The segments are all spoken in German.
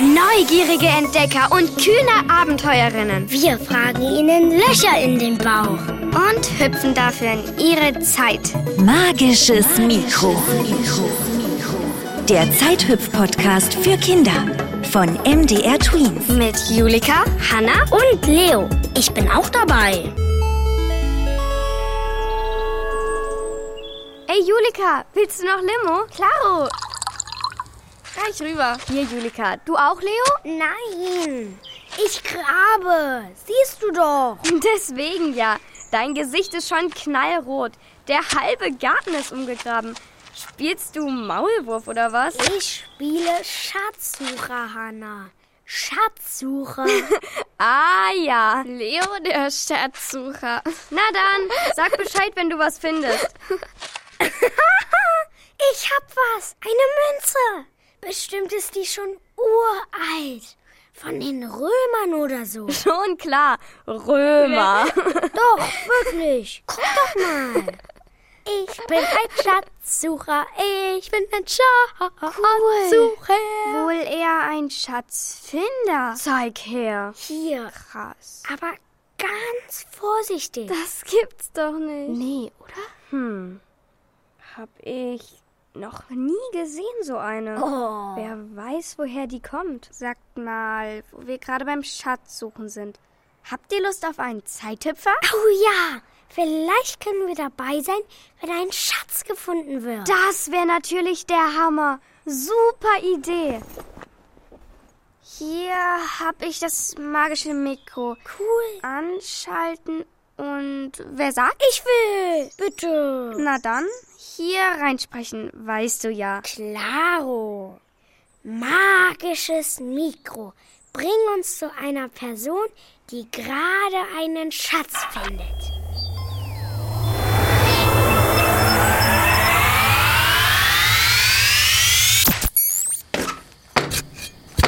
Neugierige Entdecker und kühne Abenteuerinnen. Wir fragen ihnen Löcher in den Bauch. Und hüpfen dafür in ihre Zeit. Magisches Mikro. Der Zeithüpf-Podcast für Kinder von MDR Twins. Mit Julika, Hanna Und Leo, ich bin auch dabei. Ey, Julika, willst du noch Limo? Klaro! Gleich rüber. Hier, Julika. Du auch, Leo? Nein, ich grabe. Siehst du doch. Deswegen ja. Dein Gesicht ist schon knallrot. Der halbe Garten ist umgegraben. Spielst du Maulwurf oder was? Ich spiele Schatzsucher, Hanna. Schatzsucher. Ah ja, Leo der Schatzsucher. Na dann, sag Bescheid, wenn du was findest. ich hab was. Eine Münze. Bestimmt ist die schon uralt. Von den Römern oder so. Schon klar, Römer. Doch, wirklich. Guck doch mal. Ich bin ein Schatzsucher. Ich bin ein Ah, Schatzsucher. Wohl eher ein Schatzfinder. Zeig her. Hier. Krass. Aber ganz vorsichtig. Das gibt's doch nicht. Nee, oder? Hm. Hab ich noch nie gesehen, so eine. Oh. Wer weiß, woher die kommt. Sagt mal, wo wir gerade beim Schatz suchen sind. Habt ihr Lust auf einen Zeithüpfer? Oh ja. Vielleicht können wir dabei sein, wenn ein Schatz gefunden wird. Das wäre natürlich der Hammer. Super Idee. Hier habe ich das magische Mikro. Cool. Anschalten und wer sagt? Ich will. Bitte. Na dann, hier reinsprechen, weißt du ja. Klaro. Magisches Mikro. Bring uns zu einer Person, die gerade einen Schatz findet.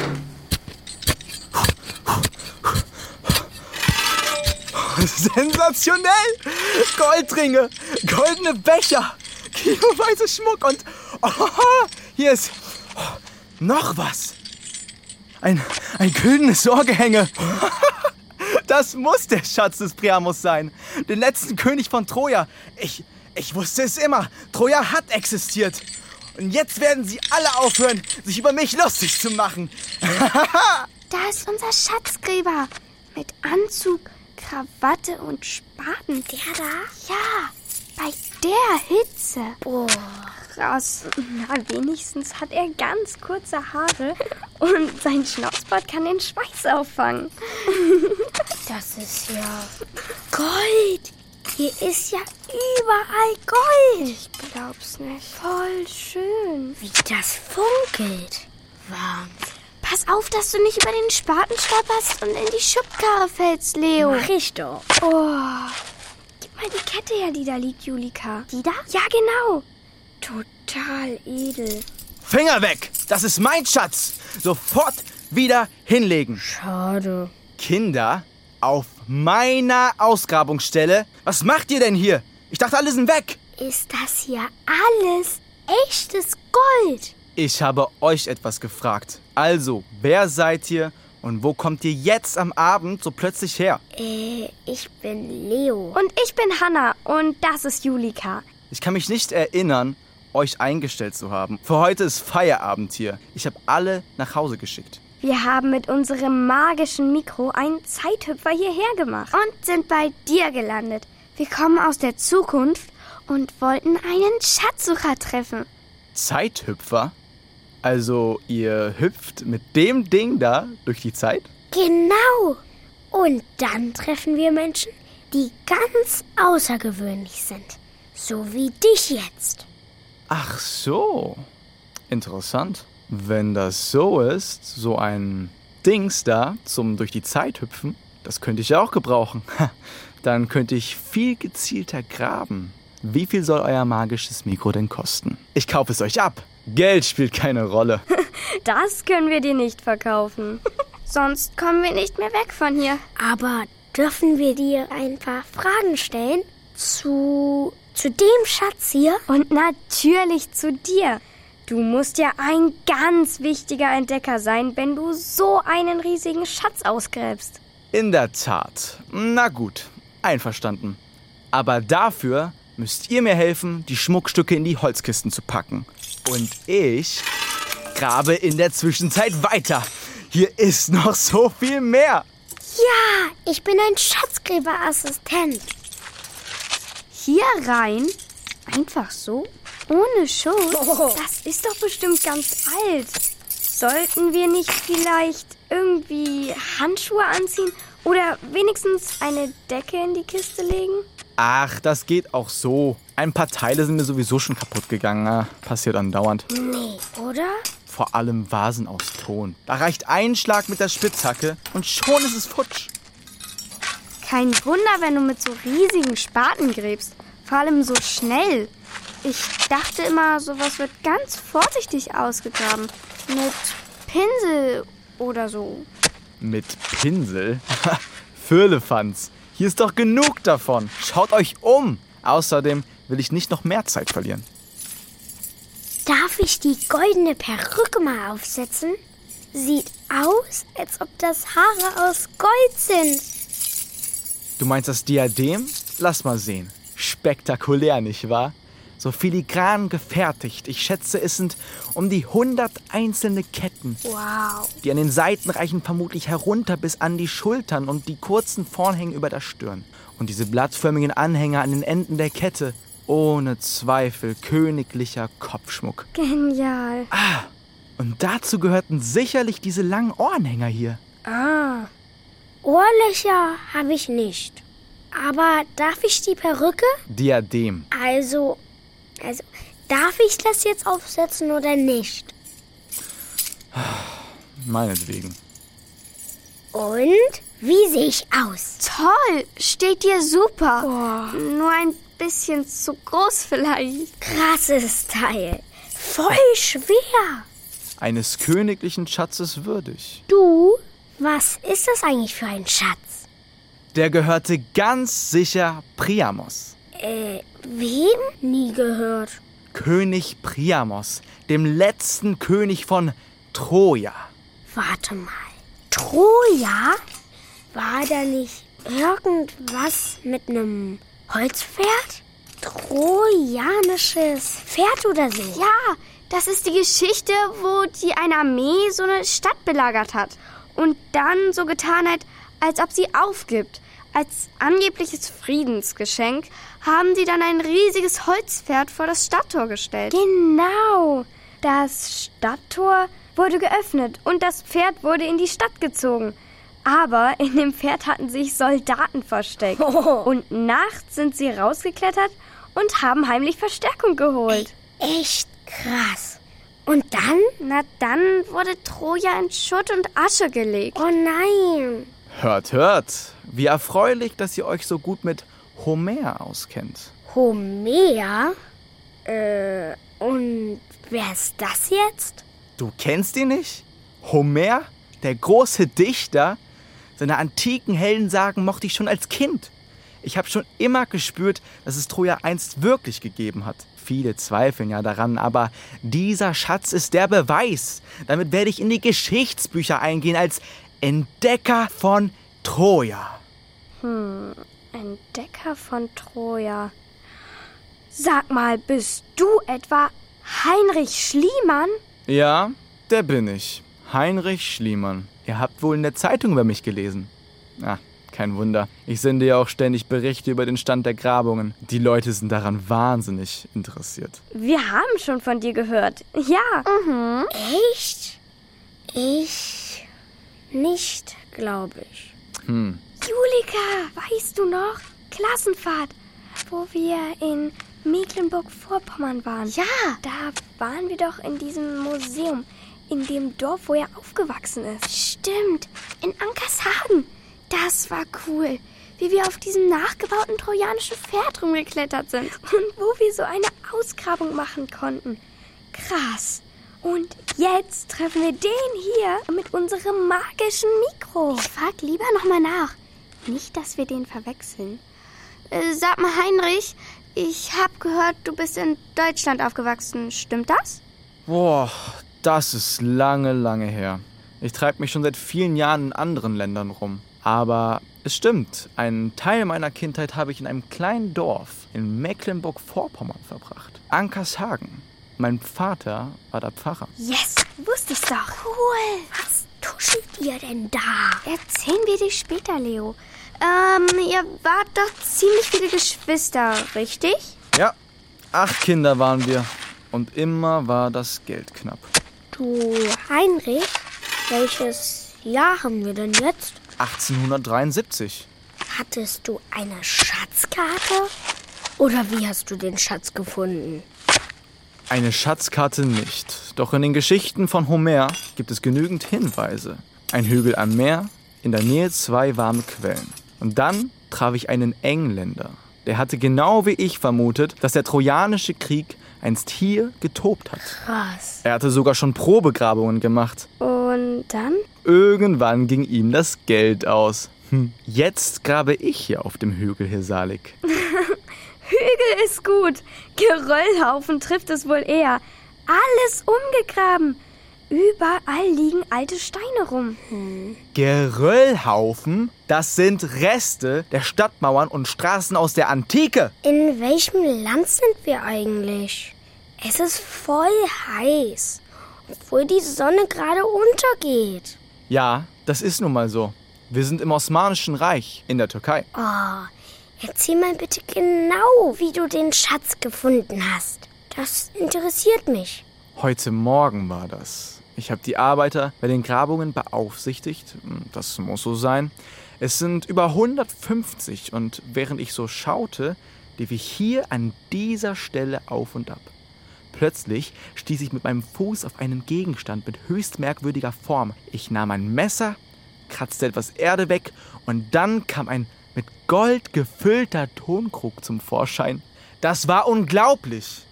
Sensationell! Goldringe, goldene Becher, kiloweise Schmuck und oh, hier ist noch was. Ein, ein güldenes Sorgehänge. Das muss der Schatz des Priamos sein. Den letzten König von Troja. Ich, ich wusste es immer. Troja hat existiert. Und jetzt werden sie alle aufhören, sich über mich lustig zu machen. Da ist unser Schatzgräber. Mit Anzug, Krawatte und Spaten. Der da? Ja, bei der Hitze. Oh, krass. Na, wenigstens hat er ganz kurze Haare und sein Schnauzbart kann den Schweiß auffangen. Das ist ja Gold. Hier ist ja überall Gold. Glaub's nicht. Voll schön. Wie das funkelt. Wahnsinn. Pass auf, dass du nicht über den Spaten stolperst und in die Schubkarre fällst, Leo. Mach ich doch. Oh. Gib mal die Kette her, die da liegt, Julika. Die da? Ja, genau. Total edel. Finger weg! Das ist mein Schatz! Sofort wieder hinlegen! Schade. Kinder auf meiner Ausgrabungsstelle? Was macht ihr denn hier? Ich dachte, alle sind weg. Ist das hier alles echtes Gold? Ich habe euch etwas gefragt. Also, wer seid ihr und wo kommt ihr jetzt am Abend so plötzlich her? Äh, ich bin Leo. Und ich bin Hanna und das ist Julika. Ich kann mich nicht erinnern, euch eingestellt zu haben. Für heute ist Feierabend hier. Ich habe alle nach Hause geschickt. Wir haben mit unserem magischen Mikro einen Zeithüpfer hierher gemacht und sind bei dir gelandet. Wir kommen aus der Zukunft und wollten einen Schatzsucher treffen. Zeithüpfer? Also, ihr hüpft mit dem Ding da durch die Zeit? Genau. Und dann treffen wir Menschen, die ganz außergewöhnlich sind. So wie dich jetzt. Ach so. Interessant. Wenn das so ist, so ein Dings da zum durch die Zeit hüpfen, das könnte ich ja auch gebrauchen. Ha, Dann könnte ich viel gezielter graben. Wie viel soll euer magisches Mikro denn kosten? Ich kaufe es euch ab. Geld spielt keine Rolle. Das können wir dir nicht verkaufen. Sonst kommen wir nicht mehr weg von hier. Aber dürfen wir dir ein paar Fragen stellen zu, zu dem Schatz hier? Und natürlich zu dir. Du musst ja ein ganz wichtiger Entdecker sein, wenn du so einen riesigen Schatz ausgräbst. In der Tat. Na gut, einverstanden. Aber dafür müsst ihr mir helfen, die Schmuckstücke in die Holzkisten zu packen. Und ich grabe in der Zwischenzeit weiter. Hier ist noch so viel mehr. Ja, Ah, ich bin ein Schatzgräberassistent. Hier rein? Einfach so? Ohne Schutz? Oh. Das ist doch bestimmt ganz alt. Sollten wir nicht vielleicht irgendwie Handschuhe anziehen oder wenigstens eine Decke in die Kiste legen? Ach, das geht auch so. Ein paar Teile sind mir sowieso schon kaputt gegangen. Na, passiert andauernd. Nee, oder? Vor allem Vasen aus Ton. Da reicht ein Schlag mit der Spitzhacke und schon ist es futsch. Kein Wunder, wenn du mit so riesigen Spaten gräbst. Vor allem so schnell. Ich dachte immer, sowas wird ganz vorsichtig ausgegraben. Mit Pinsel oder so. Mit Pinsel? Firlefanz. Hier ist doch genug davon. Schaut euch um. Außerdem will ich nicht noch mehr Zeit verlieren. Darf ich die goldene Perücke mal aufsetzen? Sieht aus, als ob das Haare aus Gold sind. Du meinst das Diadem? Lass mal sehen. Spektakulär, nicht wahr? So filigran gefertigt. Ich schätze, es sind um die 100 einzelne Ketten. Wow. Die an den Seiten reichen vermutlich herunter bis an die Schultern und die kurzen vorn hängen über der Stirn. Und diese blattförmigen Anhänger an den Enden der Kette. Ohne Zweifel königlicher Kopfschmuck. Genial. Und dazu gehörten sicherlich diese langen Ohrenhänger hier. Ohrlöcher habe ich nicht. Aber darf ich die Perücke? Diadem. Also, also, darf ich das jetzt aufsetzen oder nicht? Meinetwegen. Und wie sehe ich aus? Toll, steht dir super. Nur ein bisschen zu groß vielleicht. Krasses Teil. Voll schwer. Eines königlichen Schatzes würdig. Du, was ist das eigentlich für ein Schatz? Der gehörte ganz sicher Priamos. Äh, wem? Nie gehört. König Priamos, dem letzten König von Troja. Warte mal. Troja? War da nicht irgendwas mit einem Holzpferd? Trojanisches Pferd oder so? Ja, das ist die Geschichte, wo die eine Armee so eine Stadt belagert hat und dann so getan hat, als ob sie aufgibt. Als angebliches Friedensgeschenk haben sie dann ein riesiges Holzpferd vor das Stadttor gestellt. Genau. Das Stadttor wurde geöffnet und das Pferd wurde in die Stadt gezogen. Aber in dem Pferd hatten sich Soldaten versteckt. Und nachts sind sie rausgeklettert und haben heimlich Verstärkung geholt. Echt krass. Und dann? Na dann wurde Troja in Schutt und Asche gelegt. Oh nein. Hört, hört. Wie erfreulich, dass ihr euch so gut mit Homer auskennt. Homer? Äh, und wer ist das jetzt? Du kennst ihn nicht? Homer, der große Dichter? Seine antiken Heldensagen mochte ich schon als Kind. Ich habe schon immer gespürt, dass es Troja einst wirklich gegeben hat. Viele zweifeln ja daran, aber dieser Schatz ist der Beweis. Damit werde ich in die Geschichtsbücher eingehen als Entdecker von Troja. Entdecker von Troja. Sag mal, bist du etwa Heinrich Schliemann? Ja, der bin ich. Heinrich Schliemann. Ihr habt wohl in der Zeitung über mich gelesen. Ah, kein Wunder. Ich sende ja auch ständig Berichte über den Stand der Grabungen. Die Leute sind daran wahnsinnig interessiert. Wir haben schon von dir gehört. Ja. Echt? Ich nicht, glaube ich. Julika, weißt du noch? Klassenfahrt, wo wir in Mecklenburg-Vorpommern waren. Ja. Da waren wir doch in diesem Museum, in dem Dorf, wo er aufgewachsen ist. Stimmt, in Ankershagen. Das war cool, wie wir auf diesem nachgebauten trojanischen Pferd rumgeklettert sind und wo wir so eine Ausgrabung machen konnten. Krass. Und jetzt treffen wir den hier mit unserem magischen Mikro. Ich frag lieber nochmal nach. Nicht, dass wir den verwechseln. Äh, sag mal, Heinrich, ich hab gehört, du bist in Deutschland aufgewachsen. Stimmt das? Boah, das ist lange, lange her. Ich treibe mich schon seit vielen Jahren in anderen Ländern rum. Aber es stimmt, einen Teil meiner Kindheit habe ich in einem kleinen Dorf in Mecklenburg-Vorpommern verbracht. Ankershagen. Mein Vater war der Pfarrer. Yes, wusste ich's doch. Cool. Was tuschelt ihr denn da? Erzählen wir dir später, Leo. Ähm, ihr wart doch ziemlich viele Geschwister, richtig? Ja, acht Kinder waren wir. Und immer war das Geld knapp. Du, Heinrich, welches Jahr haben wir denn jetzt? 1873. Hattest du eine Schatzkarte? Oder wie hast du den Schatz gefunden? Eine Schatzkarte nicht. Doch in den Geschichten von Homer gibt es genügend Hinweise. Ein Hügel am Meer, in der Nähe zwei warme Quellen. Und dann traf ich einen Engländer. Der hatte genau wie ich vermutet, dass der Trojanische Krieg einst hier getobt hat. Was? Er hatte sogar schon Probegrabungen gemacht. Und dann? Irgendwann ging ihm das Geld aus. Hm. Jetzt grabe ich hier auf dem Hügel Hesalik. Hügel ist gut. Geröllhaufen trifft es wohl eher. Alles umgegraben. Überall liegen alte Steine rum. Geröllhaufen, das sind Reste der Stadtmauern und Straßen aus der Antike. In welchem Land sind wir eigentlich? Es ist voll heiß, obwohl die Sonne gerade untergeht. Ja, das ist nun mal so. Wir sind im Osmanischen Reich in der Türkei. Oh, erzähl mal bitte genau, wie du den Schatz gefunden hast. Das interessiert mich. Heute Morgen war das. Ich habe die Arbeiter bei den Grabungen beaufsichtigt. Hm, Das muss so sein. Es sind über 150 und während ich so schaute, lief ich hier an dieser Stelle auf und ab. Plötzlich stieß ich mit meinem Fuß auf einen Gegenstand mit höchst merkwürdiger Form. Ich nahm ein Messer, kratzte etwas Erde weg und dann kam ein mit Gold gefüllter Tonkrug zum Vorschein. Das war unglaublich!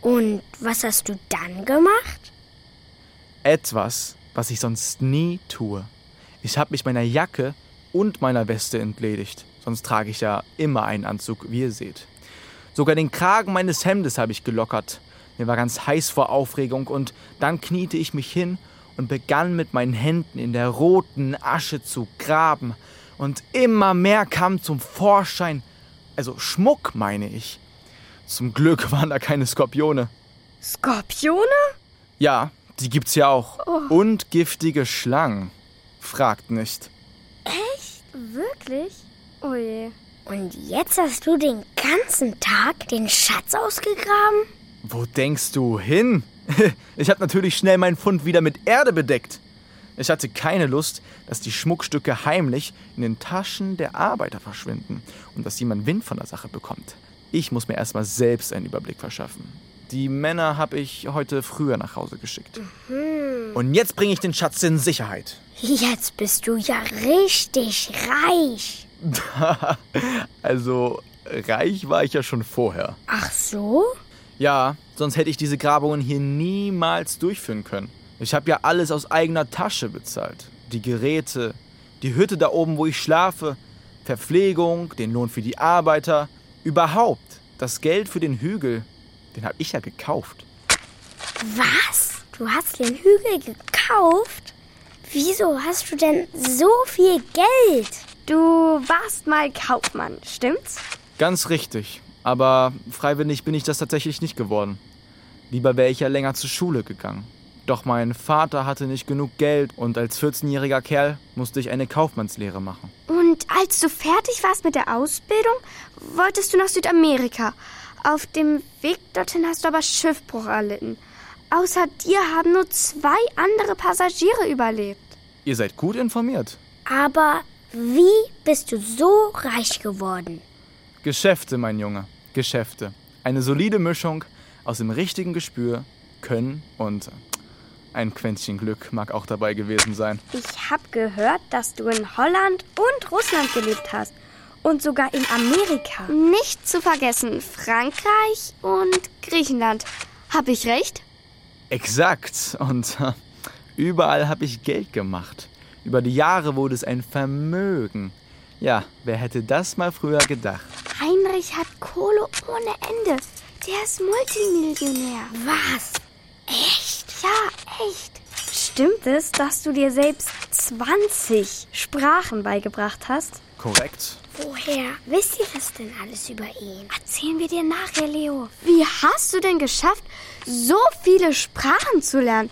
Und was hast du dann gemacht? Etwas, was ich sonst nie tue. Ich habe mich meiner Jacke und meiner Weste entledigt. Sonst trage ich ja immer einen Anzug, wie ihr seht. Sogar den Kragen meines Hemdes habe ich gelockert. Mir war ganz heiß vor Aufregung und dann kniete ich mich hin und begann mit meinen Händen in der roten Asche zu graben. Und immer mehr kam zum Vorschein, also Schmuck meine ich. Zum Glück waren da keine Skorpione. Skorpione? Ja, die gibt's ja auch. Und giftige Schlangen. Fragt nicht. Wirklich? Oh je. Und jetzt hast du den ganzen Tag den Schatz ausgegraben? Wo denkst du hin? Ich habe natürlich schnell meinen Fund wieder mit Erde bedeckt. Ich hatte keine Lust, dass die Schmuckstücke heimlich in den Taschen der Arbeiter verschwinden und dass jemand Wind von der Sache bekommt. Ich muss mir erstmal selbst einen Überblick verschaffen. Die Männer habe ich heute früher nach Hause geschickt. Und jetzt bringe ich den Schatz in Sicherheit. Jetzt bist du ja richtig reich. Also, reich war ich ja schon vorher. Ach so? Ja, sonst hätte ich diese Grabungen hier niemals durchführen können. Ich habe ja alles aus eigener Tasche bezahlt. Die Geräte, die Hütte da oben, wo ich schlafe, Verpflegung, den Lohn für die Arbeiter, überhaupt das Geld für den Hügel, den habe ich ja gekauft. Was? Du hast den Hügel gekauft? Wieso hast du denn so viel Geld? Du warst mal Kaufmann, stimmt's? Ganz richtig, aber freiwillig bin ich das tatsächlich nicht geworden. Lieber wäre ich ja länger zur Schule gegangen. Doch mein Vater hatte nicht genug Geld und als 14-jähriger Kerl musste ich eine Kaufmannslehre machen. Und als du fertig warst mit der Ausbildung, wolltest du nach Südamerika. Auf dem Weg dorthin hast du aber Schiffbruch erlitten. Außer dir haben nur zwei andere Passagiere überlebt. Ihr seid gut informiert. Aber wie bist du so reich geworden? Geschäfte, mein Junge, Geschäfte. Eine solide Mischung aus dem richtigen Gespür, Können und ein Quäntchen Glück mag auch dabei gewesen sein. Ich hab gehört, dass du in Holland und Russland gelebt hast. Und sogar in Amerika. Nicht zu vergessen, Frankreich und Griechenland. Hab ich recht? Exakt. Und äh, überall habe ich Geld gemacht. Über die Jahre wurde es ein Vermögen. Ja, wer hätte das mal früher gedacht? Heinrich hat Kohle ohne Ende. Der ist Multimillionär. Was? Echt? Echt? Stimmt es, dass du dir selbst 20 Sprachen beigebracht hast? Korrekt. Woher wisst ihr das denn alles über ihn? Erzählen wir dir nachher, Leo. Wie hast du denn geschafft, so viele Sprachen zu lernen?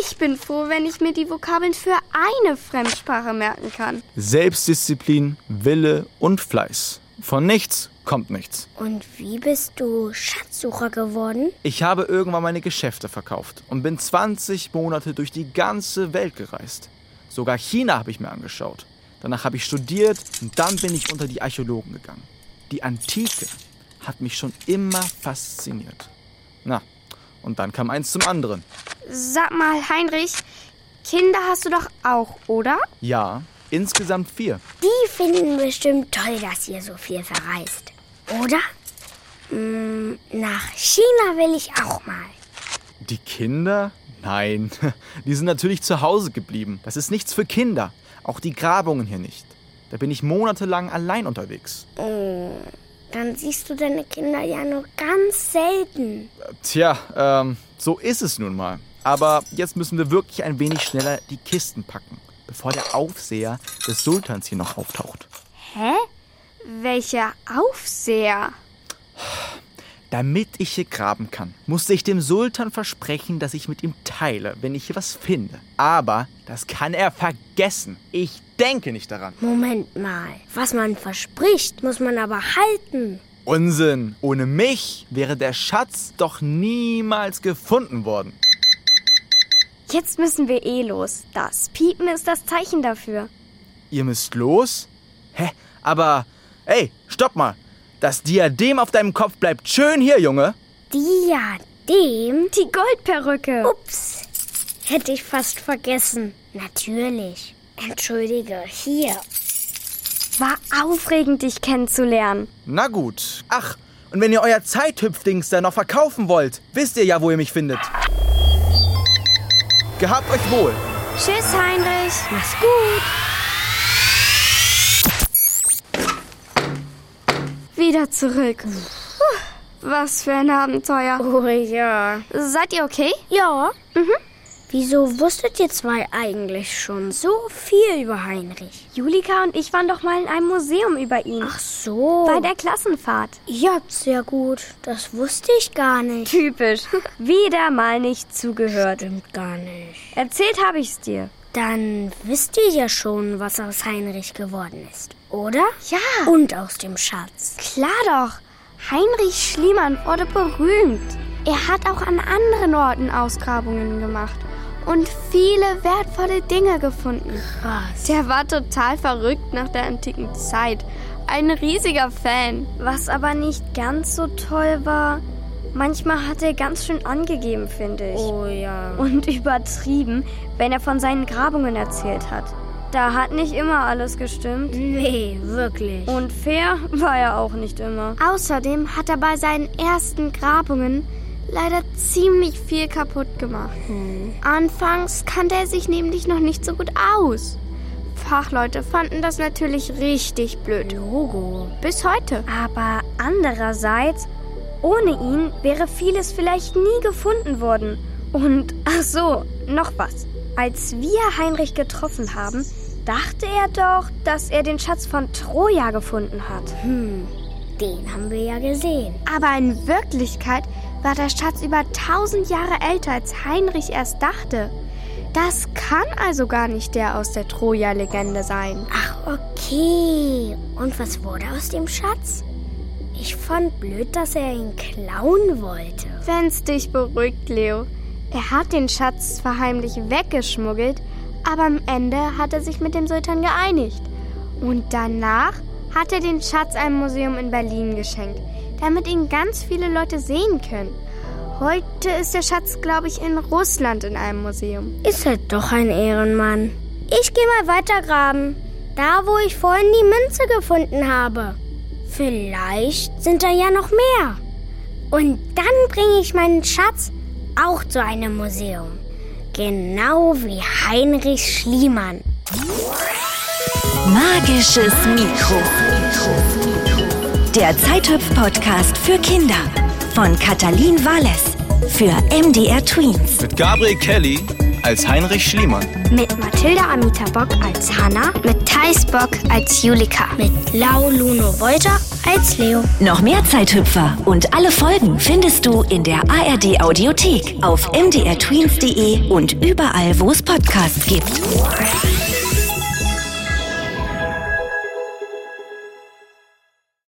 Ich bin froh, wenn ich mir die Vokabeln für eine Fremdsprache merken kann. Selbstdisziplin, Wille und Fleiß. Von nichts kommt nichts. Und wie bist du Schatzsucher geworden? Ich habe irgendwann meine Geschäfte verkauft und bin 20 Monate durch die ganze Welt gereist. Sogar China habe ich mir angeschaut. Danach habe ich studiert und dann bin ich unter die Archäologen gegangen. Die Antike hat mich schon immer fasziniert. Na, und dann kam eins zum anderen. Sag mal, Heinrich, Kinder hast du doch auch, oder? Ja, insgesamt vier. Die finden bestimmt toll, dass ihr so viel verreist. Oder? Hm, nach China will ich auch mal. Die Kinder? Nein, die sind natürlich zu Hause geblieben. Das ist nichts für Kinder. Auch die Grabungen hier nicht. Da bin ich monatelang allein unterwegs. Dann siehst du deine Kinder ja nur ganz selten. Tja, ähm, so ist es nun mal. Aber jetzt müssen wir wirklich ein wenig schneller die Kisten packen, bevor der Aufseher des Sultans hier noch auftaucht. Hä? Welcher Aufseher? Damit ich hier graben kann, musste ich dem Sultan versprechen, dass ich mit ihm teile, wenn ich hier was finde. Aber das kann er vergessen. Ich denke nicht daran. Moment mal. Was man verspricht, muss man aber halten. Unsinn. Ohne mich wäre der Schatz doch niemals gefunden worden. Jetzt müssen wir eh los. Das Piepen ist das Zeichen dafür. Ihr müsst los? Hä? Aber, ey, stopp mal. Das Diadem auf deinem Kopf bleibt schön hier, Junge. Diadem? Die Goldperücke. Ups. Hätte ich fast vergessen. Natürlich. Entschuldige, hier. War aufregend, dich kennenzulernen. Na gut. Ach, und wenn ihr euer Zeithüpfdings da noch verkaufen wollt, wisst ihr ja, wo ihr mich findet. Gehabt euch wohl. Tschüss, Heinrich. Mach's gut. Wieder zurück. Puh, Was für ein Abenteuer. Oh ja. Seid ihr okay? Ja. Mhm. Wieso wusstet ihr zwei eigentlich schon so viel über Heinrich? Julika und ich waren doch mal in einem Museum über ihn. Ach so. Bei der Klassenfahrt. ihr habt's ja gut. Das wusste ich gar nicht. Typisch. Wieder mal nicht zugehört. Stimmt gar nicht. Erzählt habe ich's dir. Dann wisst ihr ja schon, was aus Heinrich geworden ist, oder? Ja. Und aus dem Schatz. Klar doch. Heinrich Schliemann wurde berühmt. Er hat auch an anderen Orten Ausgrabungen gemacht und viele wertvolle Dinge gefunden. Krass. Der war total verrückt nach der antiken Zeit. Ein riesiger Fan. Was aber nicht ganz so toll war, manchmal hat er ganz schön angegeben, finde ich. Oh ja. Und übertrieben, wenn er von seinen Grabungen erzählt hat. Da hat nicht immer alles gestimmt. Nee, wirklich. Und fair war er auch nicht immer. Außerdem hat er bei seinen ersten Grabungen leider ziemlich viel kaputt gemacht. Hm. Anfangs kannte er sich nämlich noch nicht so gut aus. Fachleute fanden das natürlich richtig blöd. Logo. Bis heute. Aber andererseits, ohne ihn wäre vieles vielleicht nie gefunden worden. Und ach so, noch was. Als wir Heinrich getroffen haben, dachte er doch, dass er den Schatz von Troja gefunden hat. Den haben wir ja gesehen. Aber in Wirklichkeit war der Schatz über 1000 Jahre älter, als Heinrich erst dachte. Das kann also gar nicht der aus der Troja-Legende sein. Ach, okay. Und was wurde aus dem Schatz? Ich fand blöd, dass er ihn klauen wollte. Wenn's dich beruhigt, Leo. Er hat den Schatz zwar heimlich weggeschmuggelt, aber am Ende hat er sich mit dem Sultan geeinigt. Und danach hat er den Schatz einem Museum in Berlin geschenkt, damit ihn ganz viele Leute sehen können. Heute ist der Schatz, glaube ich, in Russland in einem Museum. Ist halt doch ein Ehrenmann. Ich gehe mal weiter graben. Da, wo ich vorhin die Münze gefunden habe. Vielleicht sind da ja noch mehr. Und dann bringe ich meinen Schatz auch zu einem Museum. Genau wie Heinrich Schliemann. Magisches Mikro. Der Zeithüpf-Podcast für Kinder von Katalin Walles für MDR Tweens. Mit Gabriel Kelly als Heinrich Schliemann. Mit Mathilda Amita Bock als Hanna, mit Thais Bock als Julika. Mit Lau Luno Wolter als Leo. Noch mehr Zeithüpfer und alle Folgen findest du in der ARD Audiothek auf mdrtweens.de und überall, wo es Podcasts gibt.